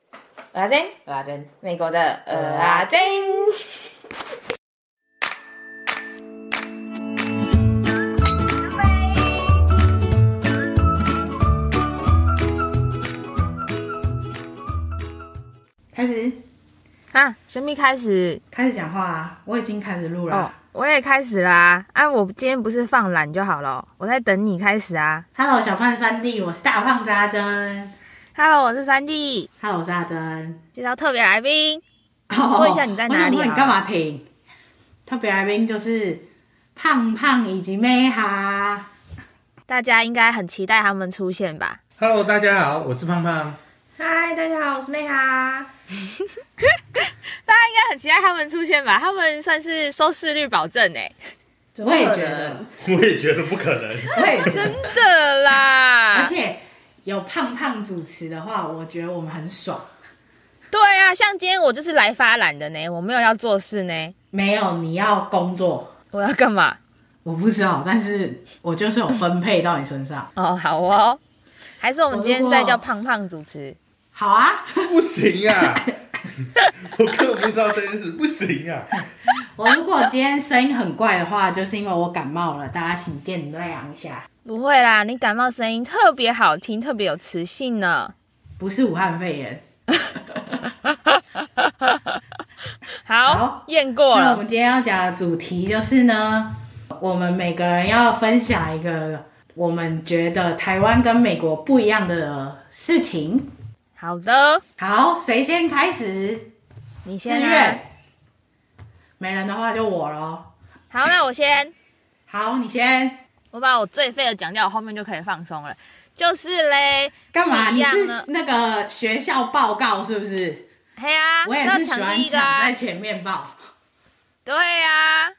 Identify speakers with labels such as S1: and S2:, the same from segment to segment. S1: 蚵仔煎，
S2: 蚵仔煎，
S1: 美国的蚵仔煎。
S2: 开始，
S1: 啊，神秘开始
S2: 开始讲话啊！我已经开始录了。
S1: 哦，我也开始啦。啊，我今天不是放懒就好了，我在等你开始啊。
S2: Hello，小胖三弟，我是大胖子阿珍。
S1: Hello，我是三弟，
S2: Hello，我是阿珍。
S1: 介绍特别来宾。
S2: 哦
S1: 说一下你在哪里啊
S2: 我想说你干嘛停？特别来宾就是胖胖以及妹哈。
S1: 大家应该很期待他们出现吧？
S3: Hello，大家好，我是胖胖。
S4: 嗨，大家好，我是妹哈。
S1: 大家应该很期待他们出现吧？他们算是收视率保证哎、
S4: 怎
S2: 我
S4: 么可
S2: 也
S4: 能
S2: 觉得，，
S3: 我也觉得不可能，
S2: 我也觉得，
S1: 真的 啦。
S2: 而且有胖胖主持的话，我觉得我们很爽。
S1: 对啊，像今天我就是来发懒的呢，我没有要做事呢，
S2: 没有，你要工作，
S1: 我要干嘛？
S2: 我不知道，但是我就是有分配到你身上。
S1: 哦，好哦，还是我们今天再叫
S2: 我如果
S1: 胖胖主持。
S2: 好啊，
S3: 不行啊！ 我根本不知道这件事，不行啊！
S2: 我哦如果今天声音很怪的话，就是因为我感冒了，大家请见谅一下。
S1: 不会啦，你感冒声音特别好听，特别有磁性 呢。
S2: 不是武汉肺炎。
S1: 好啊
S2: 好，
S1: 验过
S2: 那我
S1: 了。
S2: 们今天要讲的主题就是呢，我们每个人要分享一个我们觉得台湾跟美国不一样的事情。
S1: 好的，
S2: 好，谁先开始？
S1: 你
S2: 自
S1: 先啊。
S2: 愿。没人的话就我咯。
S1: 好，那我先，
S2: 好，你先。
S1: 我把我最废的讲掉，我后面就可以放松了。就是嘞，
S2: 干嘛？
S1: 不一
S2: 你
S1: 样啊
S2: 是
S1: 呢
S2: 那个学校报告是不是？
S1: 嘿呀、
S2: 我也
S1: 要
S2: 是喜
S1: 抢
S2: 欢
S1: 第一个
S2: 抢
S1: 啊
S2: 在。前面报。
S1: 对呀、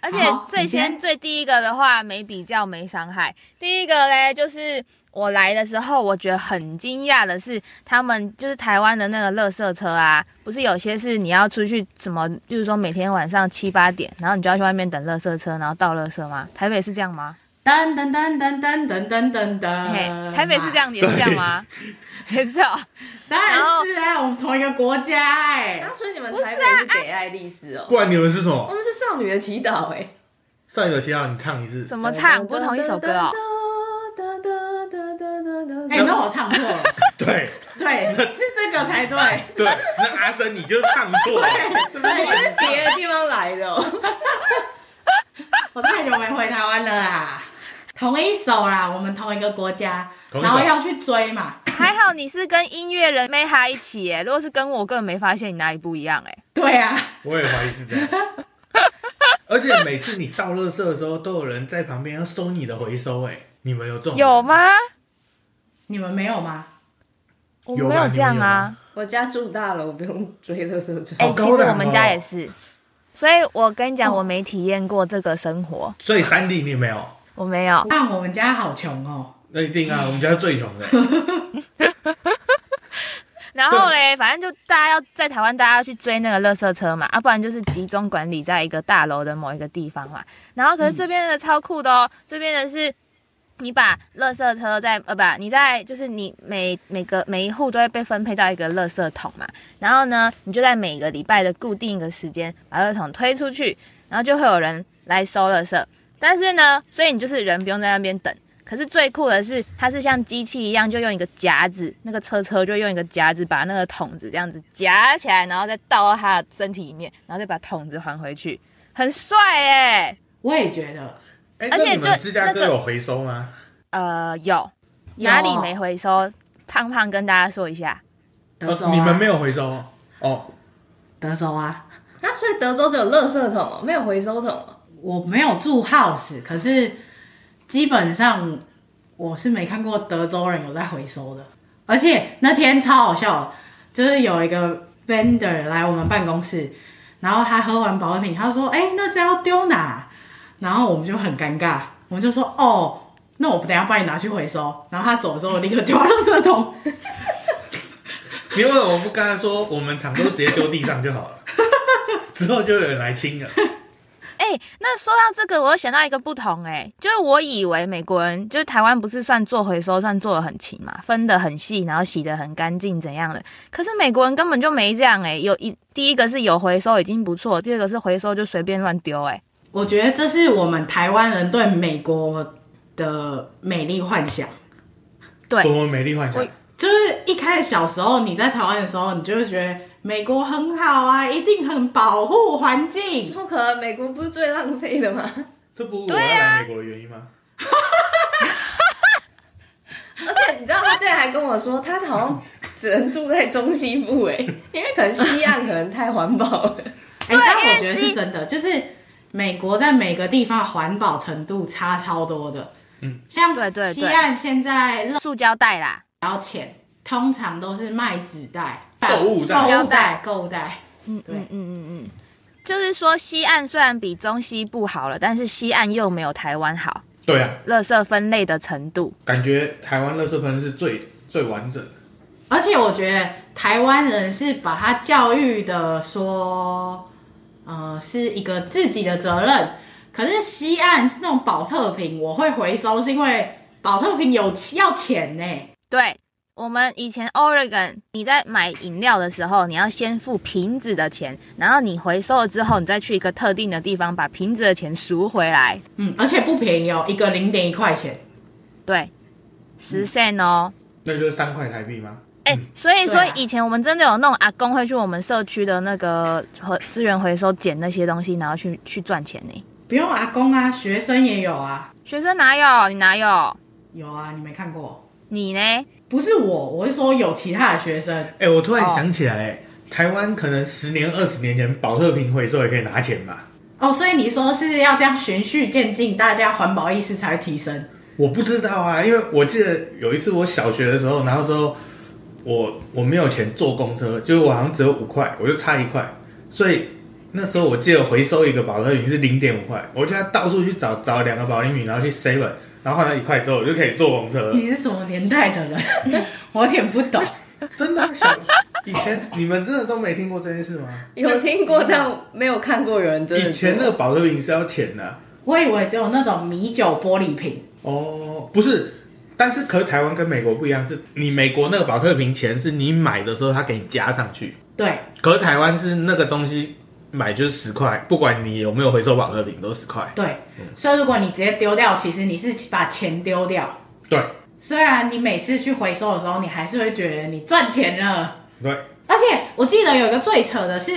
S1: 而且
S2: 好
S1: 最
S2: 你先
S1: 先最第一个的话，没比较没伤害。第一个嘞，就是我来的时候，我觉得很惊讶的是，他们就是台湾的那个垃圾车啊，不是有些是你要出去怎么，比如说每天晚上七八点，然后你就要去外面等垃圾车，然后倒垃圾吗？台北是这样吗？
S2: 噔噔噔噔噔噔噔噔噔。
S1: 嘿，台北是这样，也是这样吗？也是哦，
S2: 当
S1: 然后
S2: 然是啊，我们同一个国家哎、
S4: 啊，所以你们
S1: 不是啊
S4: 台北是北爱丽丝哦、
S3: 不然你们是什
S4: 我
S3: 么？
S4: 们是少女的祈祷哎、
S3: 上有七号，你唱一次。
S1: 怎么唱不同一首歌哦？
S2: 哎、那我唱错了，
S3: 对
S2: 对，是这个才对。
S3: 对，那阿珍你就唱 错了。这不
S4: 你
S3: 是
S4: 是别的地方来的、哦
S2: 我太久没回台湾了啦，同一首啦，我们同一个国家，
S3: 同一
S2: 然
S3: 首
S2: 后要去追嘛。
S1: 还好你是跟音乐人妹哈一起耶，如果是跟我，我根本没发现你哪里不一样哎。
S2: 对啊，
S3: 我也怀疑是这样。而且每次你倒垃圾的时候，都有人在旁边要收你的回收、哎，你们有这种
S1: 有？吗？
S2: 你们没有吗？
S1: 我
S3: 有吧
S1: 没有这样
S3: 你们有
S1: 啊
S3: 吗。
S4: 我家住大楼，不用追乐色车。
S1: 哎、
S3: 好
S1: 其
S3: 高
S1: 实
S3: 档
S1: 我们
S3: 哦
S1: 家也是，所以我跟你讲，我没体验过这个生活，
S3: 所以三弟你有没有？
S1: 我没有。
S2: 但我们家好穷哦、
S3: 那一定 啊，我们家最穷的、
S1: 然后嘞，反正就大家要在台湾，大家要去追那个垃圾车嘛，啊，不然就是集中管理在一个大楼的某一个地方嘛。然后可是这边的超酷的哦，这边的是。你把垃圾车在呃不，你在就是你每每个每一户都会被分配到一个垃圾桶嘛，然后呢，你就在每个礼拜的固定一个时间把垃圾桶推出去，然后就会有人来收垃圾。但是呢，所以你就是人不用在那边等，可是最酷的是，它是像机器一样，就用一个夹子，那个车车就用一个夹子把那个桶子这样子夹起来，然后再倒到它的身体里面，然后再把桶子还回去，很帅哎、
S2: 我也觉得
S3: 哎，
S1: 而
S3: 那
S1: 且
S3: 你
S1: 就
S3: 们芝加
S1: 那
S3: 哥
S1: 个
S3: 有回收吗？
S1: 呃，有
S2: 有哦
S1: 哪里没回收？胖胖跟大家说一下，
S2: 德州、
S3: 哦，
S2: 啊
S3: 你们没有回收哦哦，
S2: 德州啊？
S4: 啊，所以德州只有乐色桶、哦，没有回收桶、哦。
S2: 我没有住 house，可是基本上我是没看过德州人有在回收的。而且那天超好笑的，就是有一个 vendor 来我们办公室，然后他喝完保养品，他说：“哎、那这要丢哪？”然后我们就很尴尬，我们就说：“哦，那我等一下帮你拿去回收。”然后他走之后，我立刻丢到垃圾桶。
S3: 你为什么不跟他说我们厂都直接丢地上就好了？之后就有人来清了。
S1: 哎、那说到这个，我又想到一个不同哎、就是我以为美国人就是台湾不是算做回收算做的很勤嘛，分的很细，然后洗的很干净怎样的，可是美国人根本就没这样哎、有一第一个是有回收已经不错，第二个是回收就随便乱丢哎，
S2: 我觉得这是我们台湾人对美国的美丽幻想，
S1: 对
S3: 什么美丽幻想
S1: 我？
S2: 就是一开始小时候你在台湾的时候，你就会觉得美国很好啊，一定很保护环境。
S4: 怎么可能？美国不是最浪费的吗？
S3: 这不是我
S1: 对
S3: 要
S1: 啊
S3: 来美国的原因吗？
S4: 而且你知道他之前还跟我说，他好像只能住在中西部哎、 因为可能西岸可能太环保 了。
S2: 哎、但我觉
S1: 因
S2: 得
S1: 为
S2: 是
S1: 西
S2: 真的，就是美国在每个地方环保程度差超多的。
S3: 嗯，
S2: 像
S1: 对对对
S2: 西岸现在乐
S1: 塑胶袋啦，
S2: 要钱，通常都是卖纸袋、
S3: 购物袋
S2: 购物袋、购物袋。
S1: 嗯
S2: 对
S1: 嗯嗯嗯嗯，就是说西岸虽然比中西部好了，但是西岸又没有台湾好，
S3: 对啊，
S1: 垃圾分类的程度。
S3: 感觉台湾垃圾分是最最完整的。
S2: 而且我觉得台湾人是把他教育的说，呃，是一个自己的责任。可是西岸那种保特瓶，我会回收，是因为保特瓶有要钱呢、
S1: 对，我们以前 Oregon，你在买饮料的时候，你要先付瓶子的钱，然后你回收了之后，你再去一个特定的地方把瓶子的钱赎回来。
S2: 嗯，而且不便宜哦，一个零点一块钱。
S1: 对，十 cent 哦。
S3: 那就是三块台币吗？
S1: 哎、所以
S2: 对
S1: 说
S2: 啊
S1: 以前我们真的有那种阿公会去我们社区的那个和资源回收捡那些东西，然后去去赚钱呢。
S2: 不用阿公啊，学生也有啊，
S1: 学生哪有？你哪有？
S2: 有啊，你没看过？
S1: 你呢？
S2: 不是我，我是说有其他的学生。
S3: 哎、我突然想起来、台湾可能十年、二十年前保特瓶回收也可以拿钱吧？
S2: 哦，所以你说是要这样循序渐进，大家环保意识才会提升。
S3: 我不知道啊，因为我记得有一次我小学的时候，然后之后我我没有钱坐公车，就是我好像只有五块，我就差一块，所以那时候我记得回收一个保特瓶是零点五块，我就要到处去找找两个保龄瓶，然后去 seven，然后换了一块之后我就可以坐公车了。
S2: 你是什么年代的人？ 我有点不懂。
S3: 真的啊、小以前你们真的都没听过这件事吗？
S4: 有听过，但没有看过有人真的做。
S3: 以前那个保特瓶是要钱的啊、
S2: 我以为只有那种米酒玻璃瓶，
S3: 哦，不是，但是可是台湾跟美国不一样，是你美国那个保特瓶钱是你买的时候他给你加上去，
S2: 对，
S3: 可是台湾是那个东西买就是十块，不管你有没有回收保特瓶都十块。
S2: 对，所以如果你直接丢掉，其实你是把钱丢掉。
S3: 对
S2: 虽然你每次去回收的时候，你还是会觉得你赚钱了。
S3: 对，
S2: 而且我记得有一个最扯的是，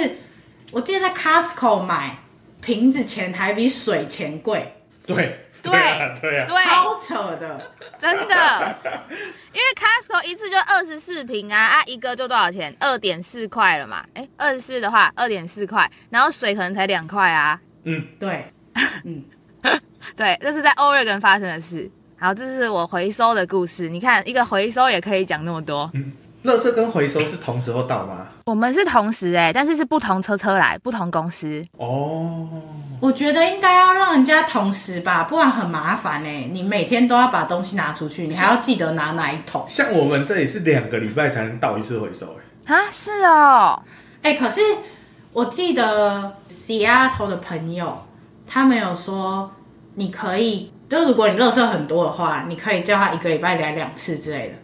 S2: 我记得在 Costco 买瓶子钱还比水钱贵，
S3: 对
S1: 对
S3: 啊对啊，
S1: 对，
S2: 超扯的。
S1: 真的，因为 Costco 一次就二十四瓶啊，啊，一个就多少钱？二点四块了嘛。哎，二十四的话，二点四块，然后水可能才两块啊。
S3: 嗯，
S2: 对，
S1: 对，这是在 Oregon 发生的事。好，这是我回收的故事。你看，一个回收也可以讲那么多。
S3: 垃圾跟回收是同时候到吗？
S1: 我们是同时哎、但是是不同车车来，不同公司。
S3: 哦，
S2: 我觉得应该要让人家同时吧，不然很麻烦哎、你每天都要把东西拿出去，你还要记得拿哪一桶。
S3: 像我们这里是两个礼拜才能到一次回收、欸，
S1: 啊，是哦，
S2: 哎、可是我记得西丫头的朋友，他们有说你可以，就如果你垃圾很多的话，你可以叫他一个礼拜来两次之类的，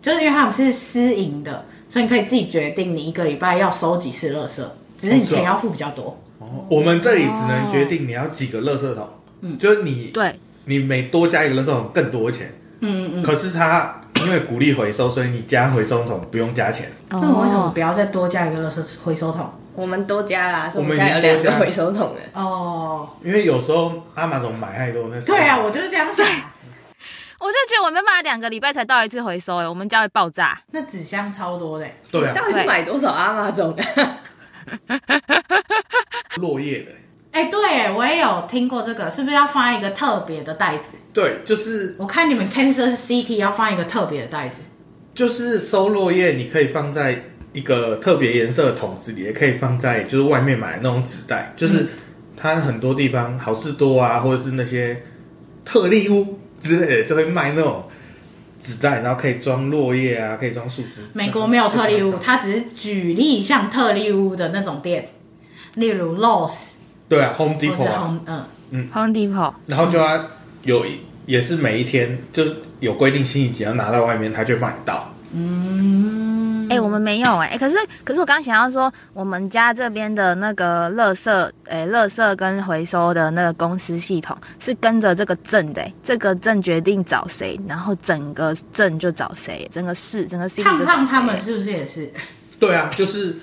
S2: 就是因为他们是私营的，所以你可以自己决定你一个礼拜要收几次垃圾，只是你钱要付比较多。
S3: 哦，我们这里只能决定你要几个垃圾桶，嗯，就是你
S1: 对，
S3: 你每多加一个垃圾桶更多钱。
S2: 嗯嗯嗯，
S3: 可是他因为鼓励回收，所以你加回收桶不用加钱。
S1: 哦
S2: 那我为什么不要再多加一个垃圾回收桶？
S4: 我们多加啦，所以我们
S3: 我
S4: 现
S3: 们
S4: 在有
S3: 已经
S4: 两个
S3: 多加
S4: 回收桶了。
S2: 哦，
S3: 因为有时候阿玛总买太多那。
S2: 对啊，，我就是这样想。
S1: 我就觉得我没办法两个礼拜才到一次回收哎、我们家会爆炸。
S2: 那纸箱超多的欸、
S3: 对
S4: 你
S3: 啊，
S4: 到底是
S1: 对
S4: 买多少阿玛总啊？
S3: 落叶的。
S2: 哎、对欸，我也有听过这个，是不是要放一个特别的袋子？
S3: 对，就是
S2: 我看你们 Kansas City 要放一个特别的袋子，
S3: 就是收落叶，你可以放在一个特别颜色的桶子里，也可以放在就是外面买的那种纸袋，就是它很多地方好事多啊，或者是那些特例屋之类的，就会卖那种纸袋，然后可以装落叶啊，可以装树枝。
S2: 美国没有特 例屋，
S3: 然后就放
S2: 它
S3: 上
S2: 只是举例像特例屋的那种店，例如 Lowe's、
S3: 对啊，Home
S2: 或是
S3: Depot 啊，
S2: 红嗯，
S1: Home Depot，
S3: 然后就要有一也是每一天就是有规定星期几要拿到外面，他就帮你到。
S2: 嗯
S1: 哎、我们没有哎、哎可是可是我刚刚想要说，我们家这边的那个垃圾，哎、垃圾跟回收的那个公司系统是跟着这个镇的、哎这个镇决定找谁，然后整个镇就找谁，整个市整个 city
S2: 胖
S1: 就找
S2: 胖
S1: 谁。啊
S2: 他们是不是也是？
S3: 对啊，就是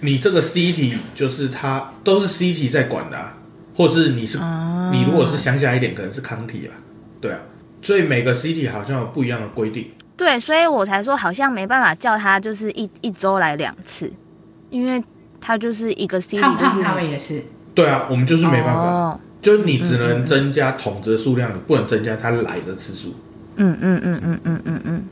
S3: 你这个 city 就是他都是 city 在管的、啊，或是你是、
S1: 啊
S3: 你如果是乡下一点，可能是 county 啊，对啊，所以每个 city 好像有不一样的规定。
S1: 对，所以我才说好像没办法叫他就是一一周来两次，因为他就是一个 city
S2: 胖胖
S1: 就是
S2: 他
S1: 你
S2: 们也是，
S3: 对啊，我们就是没办法，
S1: 哦
S3: 就是你只能增加桶子的数量，你不能增加他来的次数，
S1: 嗯嗯嗯嗯嗯嗯嗯，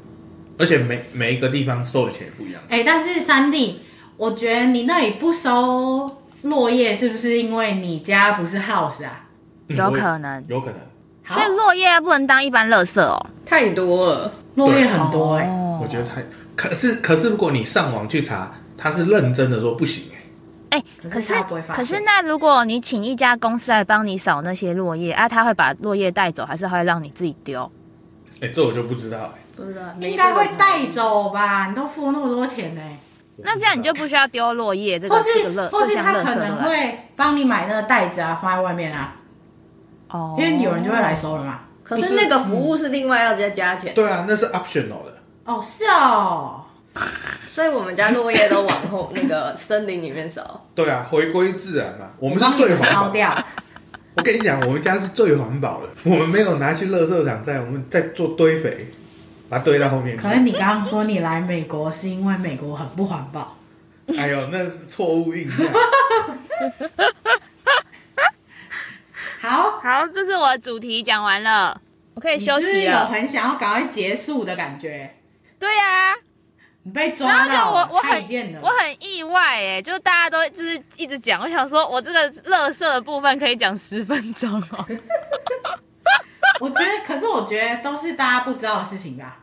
S3: 而且每每一个地方收的钱也不一样。
S2: 哎、但是三弟，我觉得你那里不收落叶，是不是因为你家不是 house 啊？
S3: 嗯
S1: 有
S3: 我也
S1: 可能。
S3: 有可能，
S2: 好
S1: 所以落叶不能当一般垃圾哦。
S4: 太多了，
S2: 落叶很多哎、
S1: 哦
S3: 我觉得太可是可是，如果你上网去查，他是认真的说不行、欸、
S1: 哎、
S2: 可
S1: 可
S2: 是
S1: 是
S2: 他不会发现
S1: 可是那如果你请一家公司来帮你扫那些落叶，啊，他会把落叶带走，还是他会让你自己丢？
S3: 哎、这我就不知道、欸、
S4: 不知道
S2: 应该会带走吧？你都付那么多钱呢、
S1: 那这样你就不需要丢落叶这个
S2: 或
S1: 这
S2: 是
S1: 个乐
S2: 或
S1: 这
S2: 是
S1: 项
S2: 他
S1: 乐
S2: 可
S1: 色
S2: 能
S1: 了
S2: 会帮你买那个袋子啊，放在外面啊，
S1: 哦，
S2: 因为有人就会来收了嘛。
S4: 可是那个服务是另外要再加钱，
S3: 对啊，那是 optional 的，
S2: 哦，是哦，
S4: 所以我们家落叶都往后那个森林里面扫。
S3: 对啊，回归自然嘛，我
S2: 我
S3: 们是最环
S2: 烧
S3: 保的。
S2: 掉。
S3: 我跟你讲，我们家是最环保的，我们没有拿去垃圾场在，我们在做堆肥，把它堆到后面去。
S2: 可能你刚刚说你来美国是因为美国很不环保，
S3: 哎呦，那是错误印象。
S2: 好，
S1: 好，这是我的主题讲完了，我可以
S2: 你
S1: 休
S2: 是不是
S1: 息
S2: 有
S1: 了。
S2: 很想要赶快结束的感觉。
S1: 对呀、
S2: 你被
S1: 然
S2: 抓
S1: 后就
S2: 到了，
S1: 我我
S2: 太贱
S1: 很
S2: 了
S1: 我很意外哎、就大家都就是一直讲，我想说我这个乐色的部分可以讲十分钟 哦。
S2: 我觉得，可是我觉得都是大家不知道的事情吧。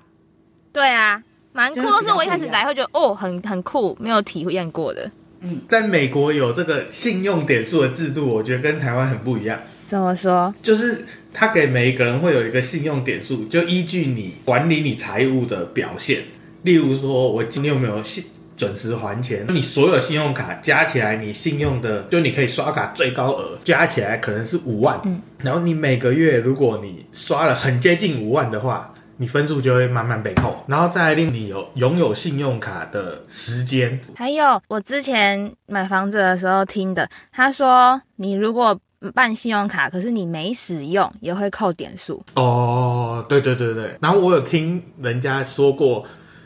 S1: 对啊，蛮酷，
S2: 就是
S1: 都
S2: 比
S1: 是
S2: 较
S1: 我一
S2: 不
S1: 开
S2: 一
S1: 始
S2: 样
S1: 来会觉得哦很很酷，没有体验过的。
S3: 在美国有这个信用点数的制度，我觉得跟台湾很不一样。
S1: 怎么说？
S3: 就是他给每一个人会有一个信用点数，就依据你管理你财务的表现。例如说，我你有没有信准时还钱？你所有信用卡加起来，你信用的就你可以刷卡最高额加起来可能是五万。嗯，然后你每个月如果你刷了很接近五万的话，你分数就会慢慢被扣。然后再来令你有拥有信用卡的时间，
S1: 还有我之前买房子的时候听的，他说你如果办信用卡，可是你没使用，也会扣点数。
S3: 哦，对对对对，然后我有听人家说过，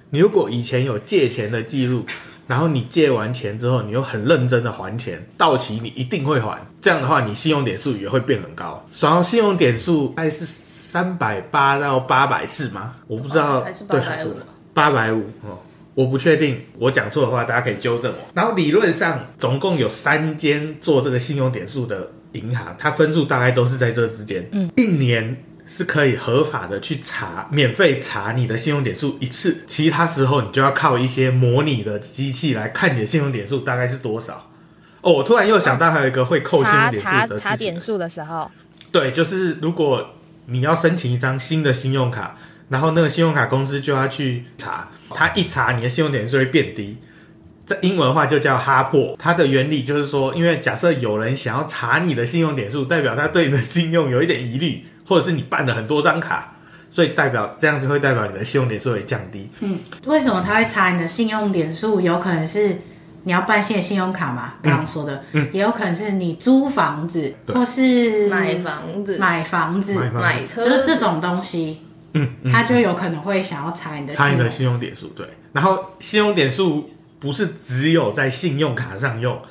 S3: 你如果以前有借钱的记录，然后你借完钱之后，你又很认真的还钱，到期你一定会还，这样的话你信用点数也会变很高。然后信用点数大概是三百八到八百四吗？我不知道，
S4: 还是
S3: 对
S4: 850
S3: 八百五哦。我不确定，我讲错的话，大家可以纠正我。然后理论上，总共有三间做这个信用点数的银行，它分数大概都是在这之间。嗯，一年是可以合法的去查，免费查你的信用点数一次，其他时候你就要靠一些模拟的机器来看你的信用点数大概是多少。哦，我突然又想到还有一个会扣信用
S1: 查
S3: 点
S1: 查
S3: 数的
S1: 查
S3: 事情
S1: 点，数的时候，
S3: 对，就是如果你要申请一张新的信用卡，然后那个信用卡公司就要去查，他一查你的信用点数会变低。这英文的话就叫哈珀，它的原理就是说，因为假设有人想要查你的信用点数，代表他对你的信用有一点疑虑，或者是你办了很多张卡，所以代表这样子会代表你的信用点数会降低。
S2: 嗯，为什么他会查你的信用点数？有可能是你要办现信用卡嘛，刚刚说的，
S3: 嗯
S2: 也有可能是你租房子
S3: 对
S2: 或是
S4: 买房子、
S2: 嗯买房子，
S3: 买房
S4: 买
S2: 就
S4: 车，
S2: 是这种东西，
S3: 嗯，嗯
S2: 他就有可能会想要查你的
S3: 查你的
S2: 信
S3: 信用点数，对。然后信用点数不是只有在信用卡上用，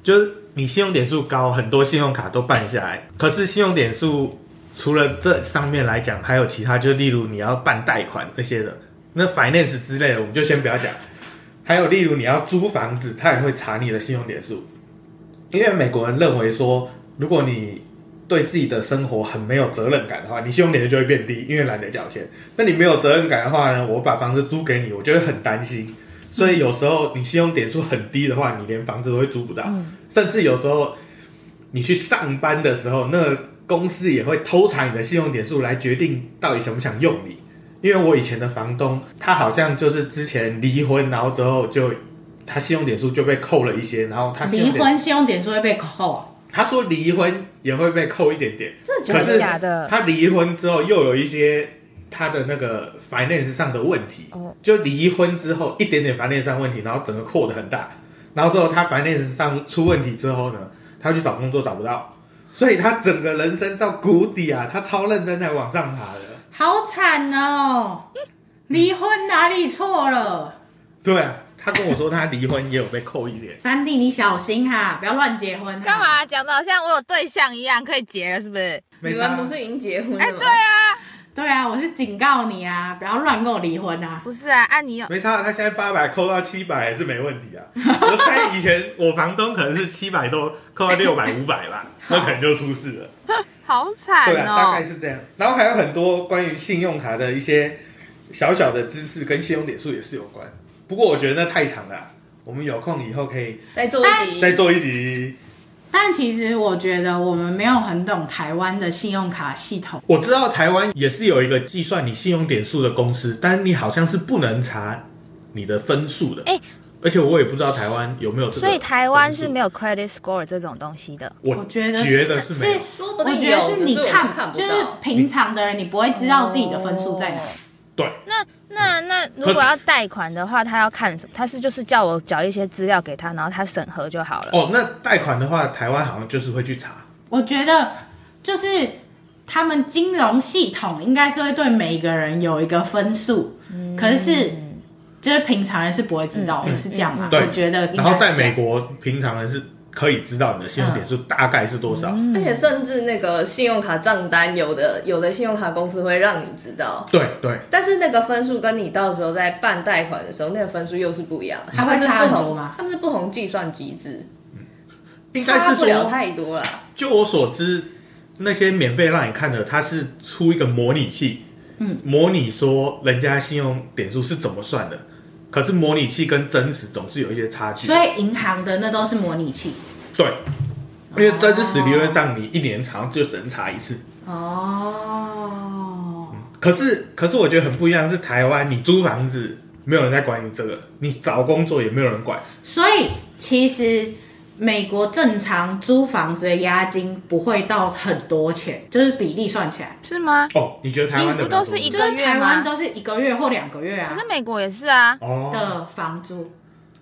S3: 就是你信用点数高，很多信用卡都办下来。可是信用点数除了这上面来讲，还有其他，就例如你要办贷款那些的，那 finance 之类的，我们就先不要讲。还有例如你要租房子，他也会查你的信用点数，因为美国人认为说，如果你对自己的生活很没有责任感的话，你信用点数就会变低，因为懒得缴钱。那你没有责任感的话呢，我把房子租给你，我就会很担心。所
S1: 嗯
S3: 以有时候你信用点数很低的话，你连房子都会租不到，甚至有时候你去上班的时候，那个公司也会偷查你的信用点数来决定到底想不想用你。因为我以前的房东，他好像就是之前离婚，然后之后就他信用点数就被扣了一些，然后他信用
S2: 离
S3: 点
S2: 婚信用点数会被扣，
S3: 他说离婚也会被扣一点点，
S4: 这
S1: 真
S3: 可
S1: 的
S3: 是
S1: 假的
S3: 他离婚之后又有一些他的那个 finance 上的问题，
S1: 哦
S3: 就离婚之后一点点 finance 上问题，然后整个扣的很大，然后之后他 finance 上出问题之后呢，他去找工作找不到，所以他整个人生到谷底啊，他超认真在往上爬的。
S2: 好惨哦！离婚哪里错了？，
S3: 对啊，他跟我说他离婚也有被扣一点
S2: 三弟你小心哈、不要乱结婚、啊。
S1: 干？嘛讲的好像我有对象一样，可以结了是不是？
S3: 没
S4: 你
S3: 差
S4: 们不是已经结婚了吗？
S1: 哎、对啊，
S2: 对啊，我是警告你啊，不要乱跟我离婚啊！
S1: 不是啊，啊你有
S3: 没差，他现在八百扣到七百还是没问题啊。我猜以前我房东可能是七百多扣到六百五百吧，那可能就出事了。
S1: 好惨
S3: 对啊，大概
S1: 哦、
S3: 是这样。然后还有很多关于信用卡的一些小小的知识，跟信用点数也是有关。不过我觉得那太长了啊，我们有空以后可以
S4: 再做一集，
S3: 再
S2: 哎
S3: 做一集。
S2: 但其实我觉得我们没有很懂台湾的信用卡系统，
S3: 我知道台湾也是有一个计算你信用点数的公司，但你好像是不能查你的分数的。
S1: 哎
S3: 而且我也不知道台湾有没有这个分
S1: 所
S3: 数，
S1: 以台湾是没有 credit score 这种东西的。
S3: 我
S2: 我觉得是
S3: 觉得是没有
S2: 是。
S4: 说不
S2: 我
S4: 定
S2: 觉
S4: 有，
S2: 得是
S4: 只
S2: 你
S4: 我们
S2: 看，
S4: 看不
S2: 就
S4: 到。
S2: 是嗯平常的人你不会知道自己的分数在哪。
S3: 对，
S1: 那那那如果要贷款的话，他要看什么？他是就是叫我缴一些资料给他，然后他审核就好了。
S3: 哦，那贷款的话，台湾好像就是会去查。
S2: 我觉得就是他们金融系统应该是会对每个人有一个分数，
S1: 嗯
S2: 可是是就是平常人是不会知道的，是这样吗？
S3: 对
S2: 我觉得应该是这
S3: 然
S2: 样
S3: 后在美国，平常人是可以知道你的信用点数大概是多少。
S4: 而且甚至那个信用卡账单，有的有的信用卡公司会让你知道，
S3: 对对，
S4: 但是那个分数跟你到时候在办贷款的时候那个分数又是不一样的，
S2: 它会
S4: 们是
S2: 差
S4: 不
S2: 很多
S4: 同
S2: 吗，
S4: 他们是不同计算机制，
S3: 应该
S4: 差
S3: 是
S4: 不了
S3: 说，
S4: 太多啦。
S3: 就我所知，那些免费让你看的，它是出一个模拟器，嗯，模拟说人家信用点数是怎么算的。可是模拟器跟真实总是有一些差距，
S2: 所以银行的那都是模拟器
S3: 对，因为真实理论上你一年好像就只能查一次，
S2: 哦。
S3: 可是，可是我觉得很不一样，是台湾你租房子没有人在管你这个，你找工作也没有人管，
S2: 所以其实美国正常租房子的押金不会到很多钱，就是比例算起来，
S1: 是吗？
S3: 哦，你觉得台湾
S1: 你
S3: 的
S1: 不都是
S3: 比
S1: 一
S3: 较多
S2: 就
S1: 个
S2: 是
S1: 月吗
S2: 台湾都是一个月或两个月啊
S1: 可是美国也是啊，
S3: 哦，
S2: 的房租，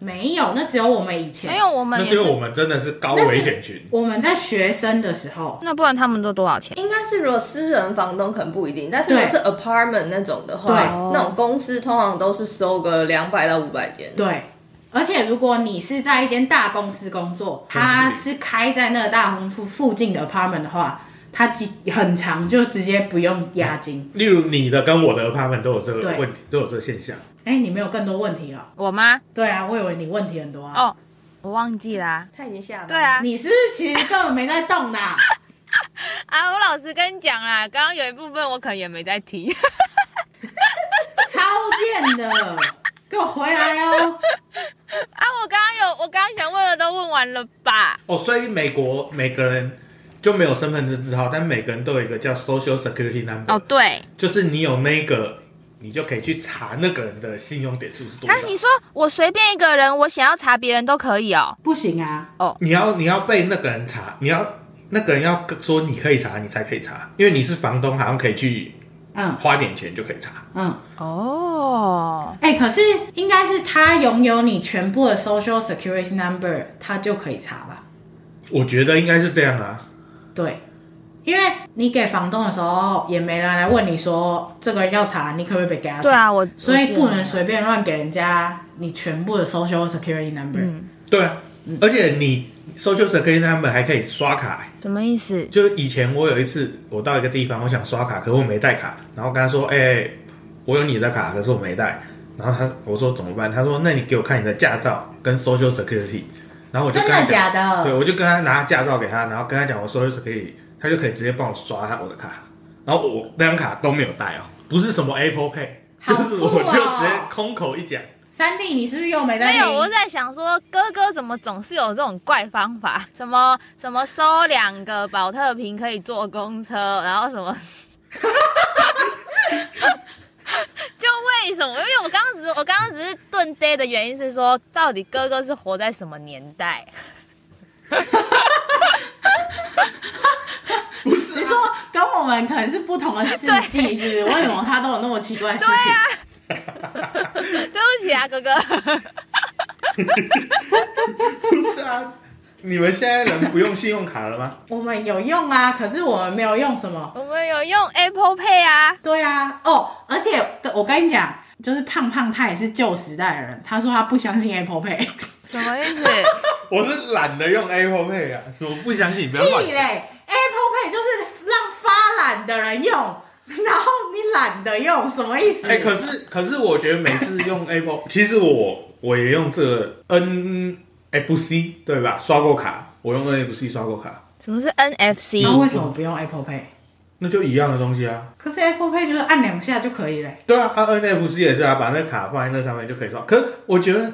S2: 没有，那只有我们以前
S1: 没有我们
S3: 那
S1: 也
S3: 是因为
S1: 是。
S3: 我们真的是高危险群，
S2: 我们在学生的时候，
S1: 那不然他们都多少钱？
S4: 应该是如果私人房东可能不一定，但是如果
S2: 对
S4: 是 apartment 那种的
S2: 对
S4: 话，那种公司通常都是收个两百到五百间。
S2: 对，而且如果你是在一间大公司工作，
S3: 公司里
S2: 它是开在那个大公司附近的 apartment 的话，它几很长就直接不用押金。
S3: 例如你的跟我的 apartment 都有这个
S2: 对
S3: 问题，都有这个现象。
S2: 哎、你没有更多问题了？
S1: 我吗？
S2: 对啊，我以为你问题很多啊。
S1: 哦，我忘记啦、
S4: 他已经下班了。
S1: 对啊
S2: 你是不是其实根本没在动啦、
S1: 啊！我老实跟你讲啦，刚刚有一部分我可能也没在提。
S2: 超贱的，给我回来哦！
S1: 啊，我刚刚有，我刚刚想问的都问完了吧？
S3: 哦，所以美国每个人就没有身份证字号，但每个人都有一个叫 Social Security Number，、
S1: 哦，对，
S3: 就是你有那个，你就可以去查那个人的信用点数是多少。
S1: 那啊你说我随便一个人，我想要查别人都可以哦。
S2: 不行啊，
S3: 你要你要被那个人查，你要那个人要说你可以查，你才可以查，因为你是房东，好像可以去
S2: 嗯
S3: 花点钱就可以查。
S2: 嗯，
S1: 哦，
S2: 哎、可是应该是他拥有你全部的 social security number，他就可以查吧？
S3: 我觉得应该是这样啊，
S2: 对，因为你给房东的时候，也没人来问你说这个人要查，你可不可以给他查？
S1: 对，啊，我
S2: 所以不能
S1: 随。
S2: 随便乱给人家你全部的 social security number。
S1: 嗯
S3: 对啊，而且你 social security number 还可以刷卡、欸
S1: 什么意思？
S3: 就是以前我有一次，我到一个地方，我想刷卡，可是我没带卡，然后跟他说，哎、我有你的卡，可是我没带。然后他我说怎么办？他说那你给我看你的驾照跟 social security，然后我就
S2: 真
S3: 跟他
S2: 的
S3: 讲，
S2: 假
S3: 对，
S2: 的？
S3: 我就跟他拿驾照给他，然后跟他讲我说就是可以，他就可以直接帮我刷他我的卡，然后我那张卡都没有带哦，不是什么 Apple Pay，、
S2: 好
S3: 就
S2: 酷哦
S3: 是我就直接空口一讲，
S2: 三弟，你是不是又没在
S1: 没
S2: 听？
S1: 有，我在想说，哥哥怎么总是有这种怪方法？ 什么什么收两个保特瓶可以坐公车，然后什么，就为什么？因为我刚刚只是我刚刚只是顿呆的原因是说，到底哥哥是活在什么年代？
S3: 不是啊、
S2: 你说跟我们可能是不同的世纪，是不是？为什么他都有那么奇怪的事情？
S1: 对啊对不起啊，哥 哥，
S3: 不是啊？你们现在人不用信用卡了吗？
S2: 我们有用啊，可是我们没有用什么。
S1: 我们有用 Apple Pay 啊，
S2: 对啊，哦，而且跟我跟你讲，就是胖胖他也是旧时代的人，他说他不相信 Apple Pay，
S1: 什么意思？
S3: 我是懒得用 Apple Pay 啊，什么不相信？不要乱
S2: 屁。嘞，Apple Pay 就是让发懒的人用， 然后你懒得用，什么意思？
S3: 哎、可是可是我觉得每次用 Apple，其 实我我也用这个 NFC 对吧？刷过卡，我用 NFC 刷过卡，
S1: 什么是 NFC？、
S2: 那为什么不用 Apple Pay？
S3: 那就一样的东西啊。
S2: 可是 Apple Pay 就是按两下就可以嘞。
S3: 对啊，啊 NFC 也是啊，把那卡放在那上面就可以刷。可是我觉得，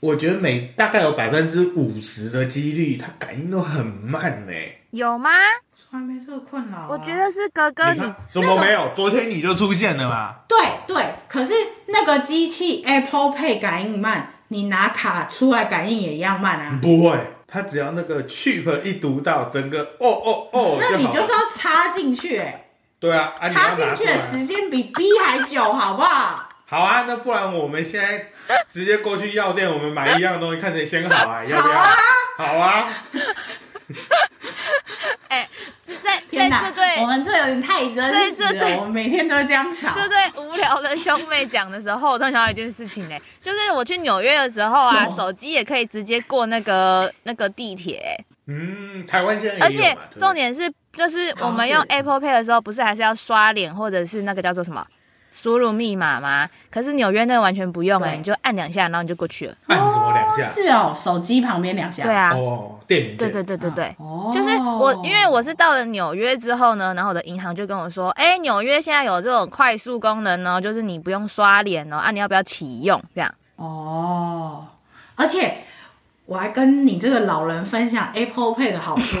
S3: 我觉得每大概有百分之五十的几率，它感应都很慢呢、
S1: 有吗？
S2: 从来没这个困扰啊、
S1: 我觉得是哥哥
S3: 你
S1: 你
S3: 看什么没有？昨天你就出现了嘛？
S2: 对对，可是那个机器 Apple Pay 感应慢，你拿卡出来感应也一样慢啊。
S3: 不会，它只要那个 chip 一读到，整个哦哦哦，
S2: 那你
S3: 好
S2: 就是
S3: 了
S2: 要插进去、欸，
S3: 对啊，啊
S2: 插
S3: 你要
S2: 进
S3: 拿
S2: 去
S3: 出来
S2: 的
S3: 啊
S2: 时间比 B 还久， 好不好？
S3: 好啊，那不然我们现在直接过去药店，我们买一样东西，看谁先好啊？要不要？
S2: 好啊
S3: 好啊，
S1: 哎、是在在
S2: 天
S1: 这
S2: 哪，
S1: 对
S2: 我们这有点太真实
S1: 对对对
S2: 了，我们每天都会这样吵。
S1: 这对无聊的兄妹讲的时候，我突然想到一件事情呢、 就是我去纽约的时候啊，
S2: 什么
S1: 手机也可以直接过那个那个地铁欸、
S3: 嗯，台湾
S2: 哎
S3: 现在
S1: 而
S3: 也有
S1: 且
S3: 嘛对不对
S1: 哦重点是，就是我们用
S2: 好像是
S1: Apple Pay 的时候，不是还是要刷脸或者是那个叫做什么输入密码吗？可是纽约那个完全不用哎、
S2: 对
S1: 你就按两下，然后你就过去了。
S3: 按什哎么两
S2: 哦
S3: 下？
S2: 是哦，手机旁边两下。
S1: 对，啊，
S3: 哦，电影
S1: 对
S3: 键
S1: 对对对对。
S2: 哦，
S1: 就是我，因为我是到了纽约之后呢，然后我的银行就跟我说，哎、纽约现在有这种快速功能呢，就是你不用刷脸哦，啊，你要不要启用？这样，
S2: 哦，而且我还跟你这个老人分享 Apple Pay 的 好处，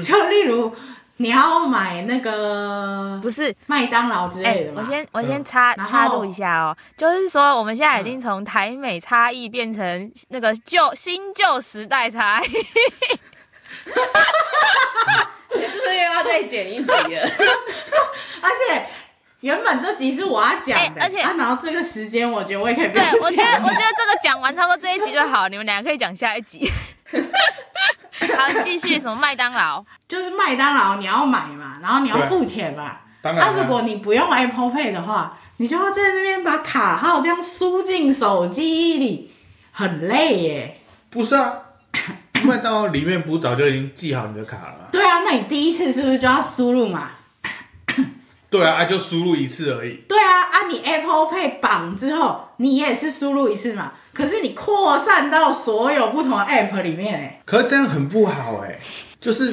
S2: 就例如你要买那个
S1: 不是，
S2: 麦当劳之类的
S1: 哎
S2: 嘛。
S1: 我先我先
S3: 嗯
S1: 插
S2: 然后嗯
S1: 插入一下哦，就是说我们现在已经从台美差异变成那个旧新旧时代差异，
S4: 你是不是又要再剪一集了？
S2: 而且原本这集是我要讲的，
S1: 哎而且
S2: 啊，然后这个时间我觉得我也可以不
S1: 对
S2: 用
S1: 我觉
S2: 讲
S1: 得我觉得这个讲完差不多这一集就好，你们俩可以讲下一集。好，你继续什么麦当劳？
S2: 就是麦当劳你要买嘛，然后你要
S3: 对
S2: 付钱嘛。
S3: 当然
S2: 那、
S3: 啊
S2: 如果你不用 Apple Pay 的话，你就要在那边把卡号这样输进手机里，很累耶。
S3: 不是啊，麦当劳里面不早就已经记好你的卡了吗？
S2: 对啊，那你第一次是不是就要输入嘛？
S3: 对啊，啊就输入一次而已。
S2: 对啊，啊，你 Apple Pay 绑之后，你也是输入一次嘛，可是你扩散到所有不同的 App 里面、欸，
S3: 可是这样很不好哎、就是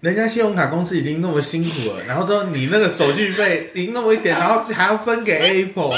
S3: 人家信用卡公司已经那么辛苦了，然后之后你那个手续费零那么一点，然后还要分给 Apple，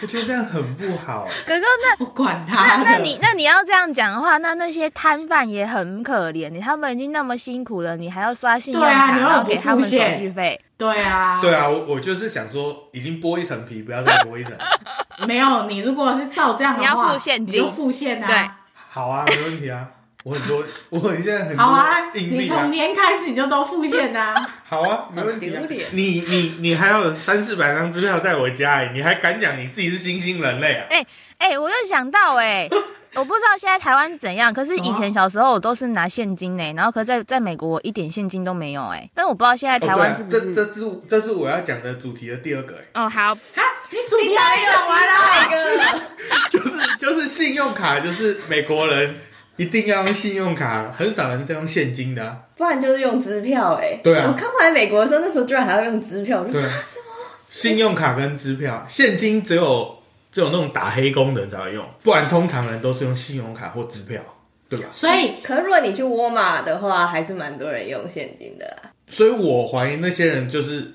S3: 我觉得这样很不好、欸
S1: 哥哥，那
S2: 我管
S1: 那
S2: 他的
S1: 那你那你要这样讲的话，那那些摊贩也很可怜，你他们已经那么辛苦了，你还要刷信用
S2: 对啊
S1: 卡，
S2: 你为什么
S1: 然后给他们
S2: 不
S1: 手
S2: 付现
S1: 续费。
S2: 对啊，
S3: 对啊，我我就是想说，已经剥一层皮，不要再剥一层。
S2: 没有你如果是照这样的
S1: 你要
S2: 话，
S1: 付现金
S2: 你就付现啊。
S1: 对
S3: 好啊，没问题啊。我很多， 我现在很
S2: 好啊，
S3: 多硬
S2: 你
S3: 币
S2: 从
S3: 啊。
S2: 年开始你就都付现 啊。
S3: 好啊，没问题、啊
S4: 很丢脸。
S3: 你你你还有三四百张支票在我家、欸，你还敢讲你自己是新兴人类啊？
S1: 哎、我又想到哎、我不知道现在台湾是怎样，可是
S3: 哦
S1: 以前小时候我都是拿现金呢、然后可是在在美国我一点现金都没有哎、但我不知道现在台湾是
S3: 哦
S1: 不
S3: 对
S1: 是
S3: 啊、这这是这是我要讲的主题的第二个、欸，
S1: 哦好，
S2: 啊，你主题还没讲完啦、
S1: 啊
S4: 一
S3: 就
S4: 个
S3: 是就是信用卡，就是美国人一定要用信用卡，很少人在用现金的、啊。
S4: 不然就是用支票哎、
S3: 对啊
S4: 我刚来美国的时候，那时候居然还要用支票，我就
S3: 对，什么？信用卡跟支票，现金只有只有那种打黑工的人才会用，不然通常人都是用信用卡或支票，对吧？
S2: 所以
S4: 可是如果你去沃尔玛的话，还是蛮多人用现金的啦。
S3: 所以我怀疑那些人就是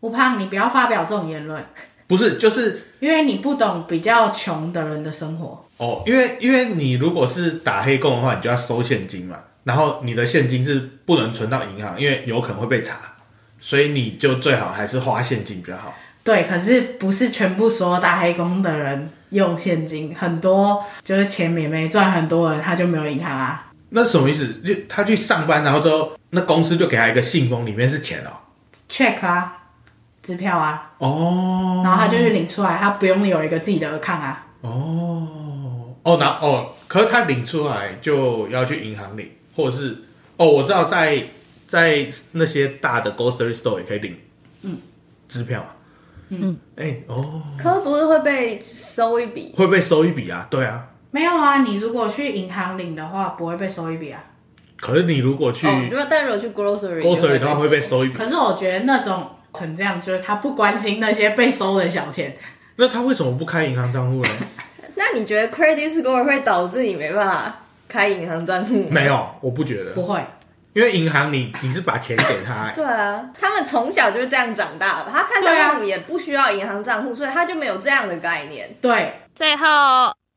S2: 吴胖，你不要发表这种言论。
S3: 不是，就是
S2: 因为你不懂比较穷的人的生活。
S3: 哦，因为因为你如果是打黑工的话，你就要收现金嘛，然后你的现金是不能存到银行，因为有可能会被查，所以你就最好还是花现金比较好。
S2: 对，可是不是全部所有打黑工的人用现金，很多就是钱也没赚，很多人他就没有银行啊。
S3: 那什么意思？就他去上班，然后之后那公司就给他一个信封，里面是钱哦。
S2: check 啊，支票啊，
S3: 哦，
S2: 然后他就去领出来，他不用有一个自己的 account 啊。
S3: 哦哦，那哦，可是他领出来就要去银行领，或者是哦，我知道在在那些大的 grocery store 也可以领，嗯支票嘛，
S1: 嗯，
S3: 哎、哦，
S4: 可不是会被收一笔？
S3: 会被收一笔啊？对啊，
S2: 没有啊，你如果去银行领的话，不会被收一笔啊。
S3: 可是你如果去
S4: 哦，如果但如果去 grocery
S3: grocery 的话会被。收一笔，
S2: 可是我觉得那种成这样，就是他不关心那些被收的小钱，
S3: 那他为什么不开银行账户呢？
S4: 那你觉得 credit score 会导致你没办法开银行账户？
S3: 没。有，我不觉
S2: 不
S3: 得，
S2: 会。
S3: 因为银行你你是把钱给他、哎
S4: 对啊，他们从小就是这样长大的，他看
S2: 对啊
S4: 到父母也不需要银行账户，所以他就没有这样的概念。
S2: 对，
S1: 最后，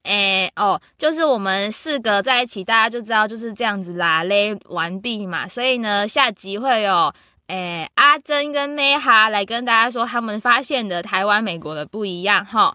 S1: 诶、哦，就是我们四个在一起，大家就知道就是这样子啦，勒完毕嘛。所以呢，下集会有诶、阿珍跟妹哈来跟大家说他们发现的台湾、美国的不一样哈。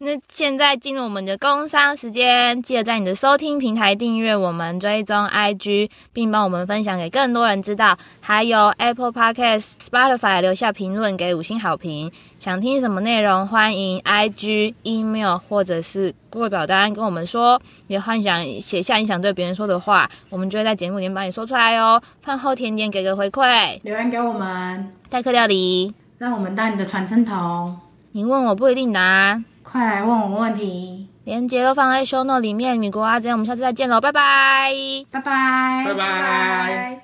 S1: 那现在进入我们的工商时间，记得在你的收听平台订阅我们，追踪 IG，并帮我们分享给更多人知道。还有 Apple Podcast、Spotify 留下评论给五星好评。想听什么内容，欢迎 IG、email 或者是过表单跟我们说，也幻想写下你想对别人说的话，我们就会在节目里面帮你说出来哦。饭后甜点给个回馈，
S2: 留言给我们，
S1: 代客料理，
S2: 让我们当你的传声筒，
S1: 你问我不一定答，
S2: 快来问我问题，
S1: 连接都放在 show note 里面。米国阿珍，我们下次再见喽，拜拜。
S2: 拜拜，
S3: 拜拜。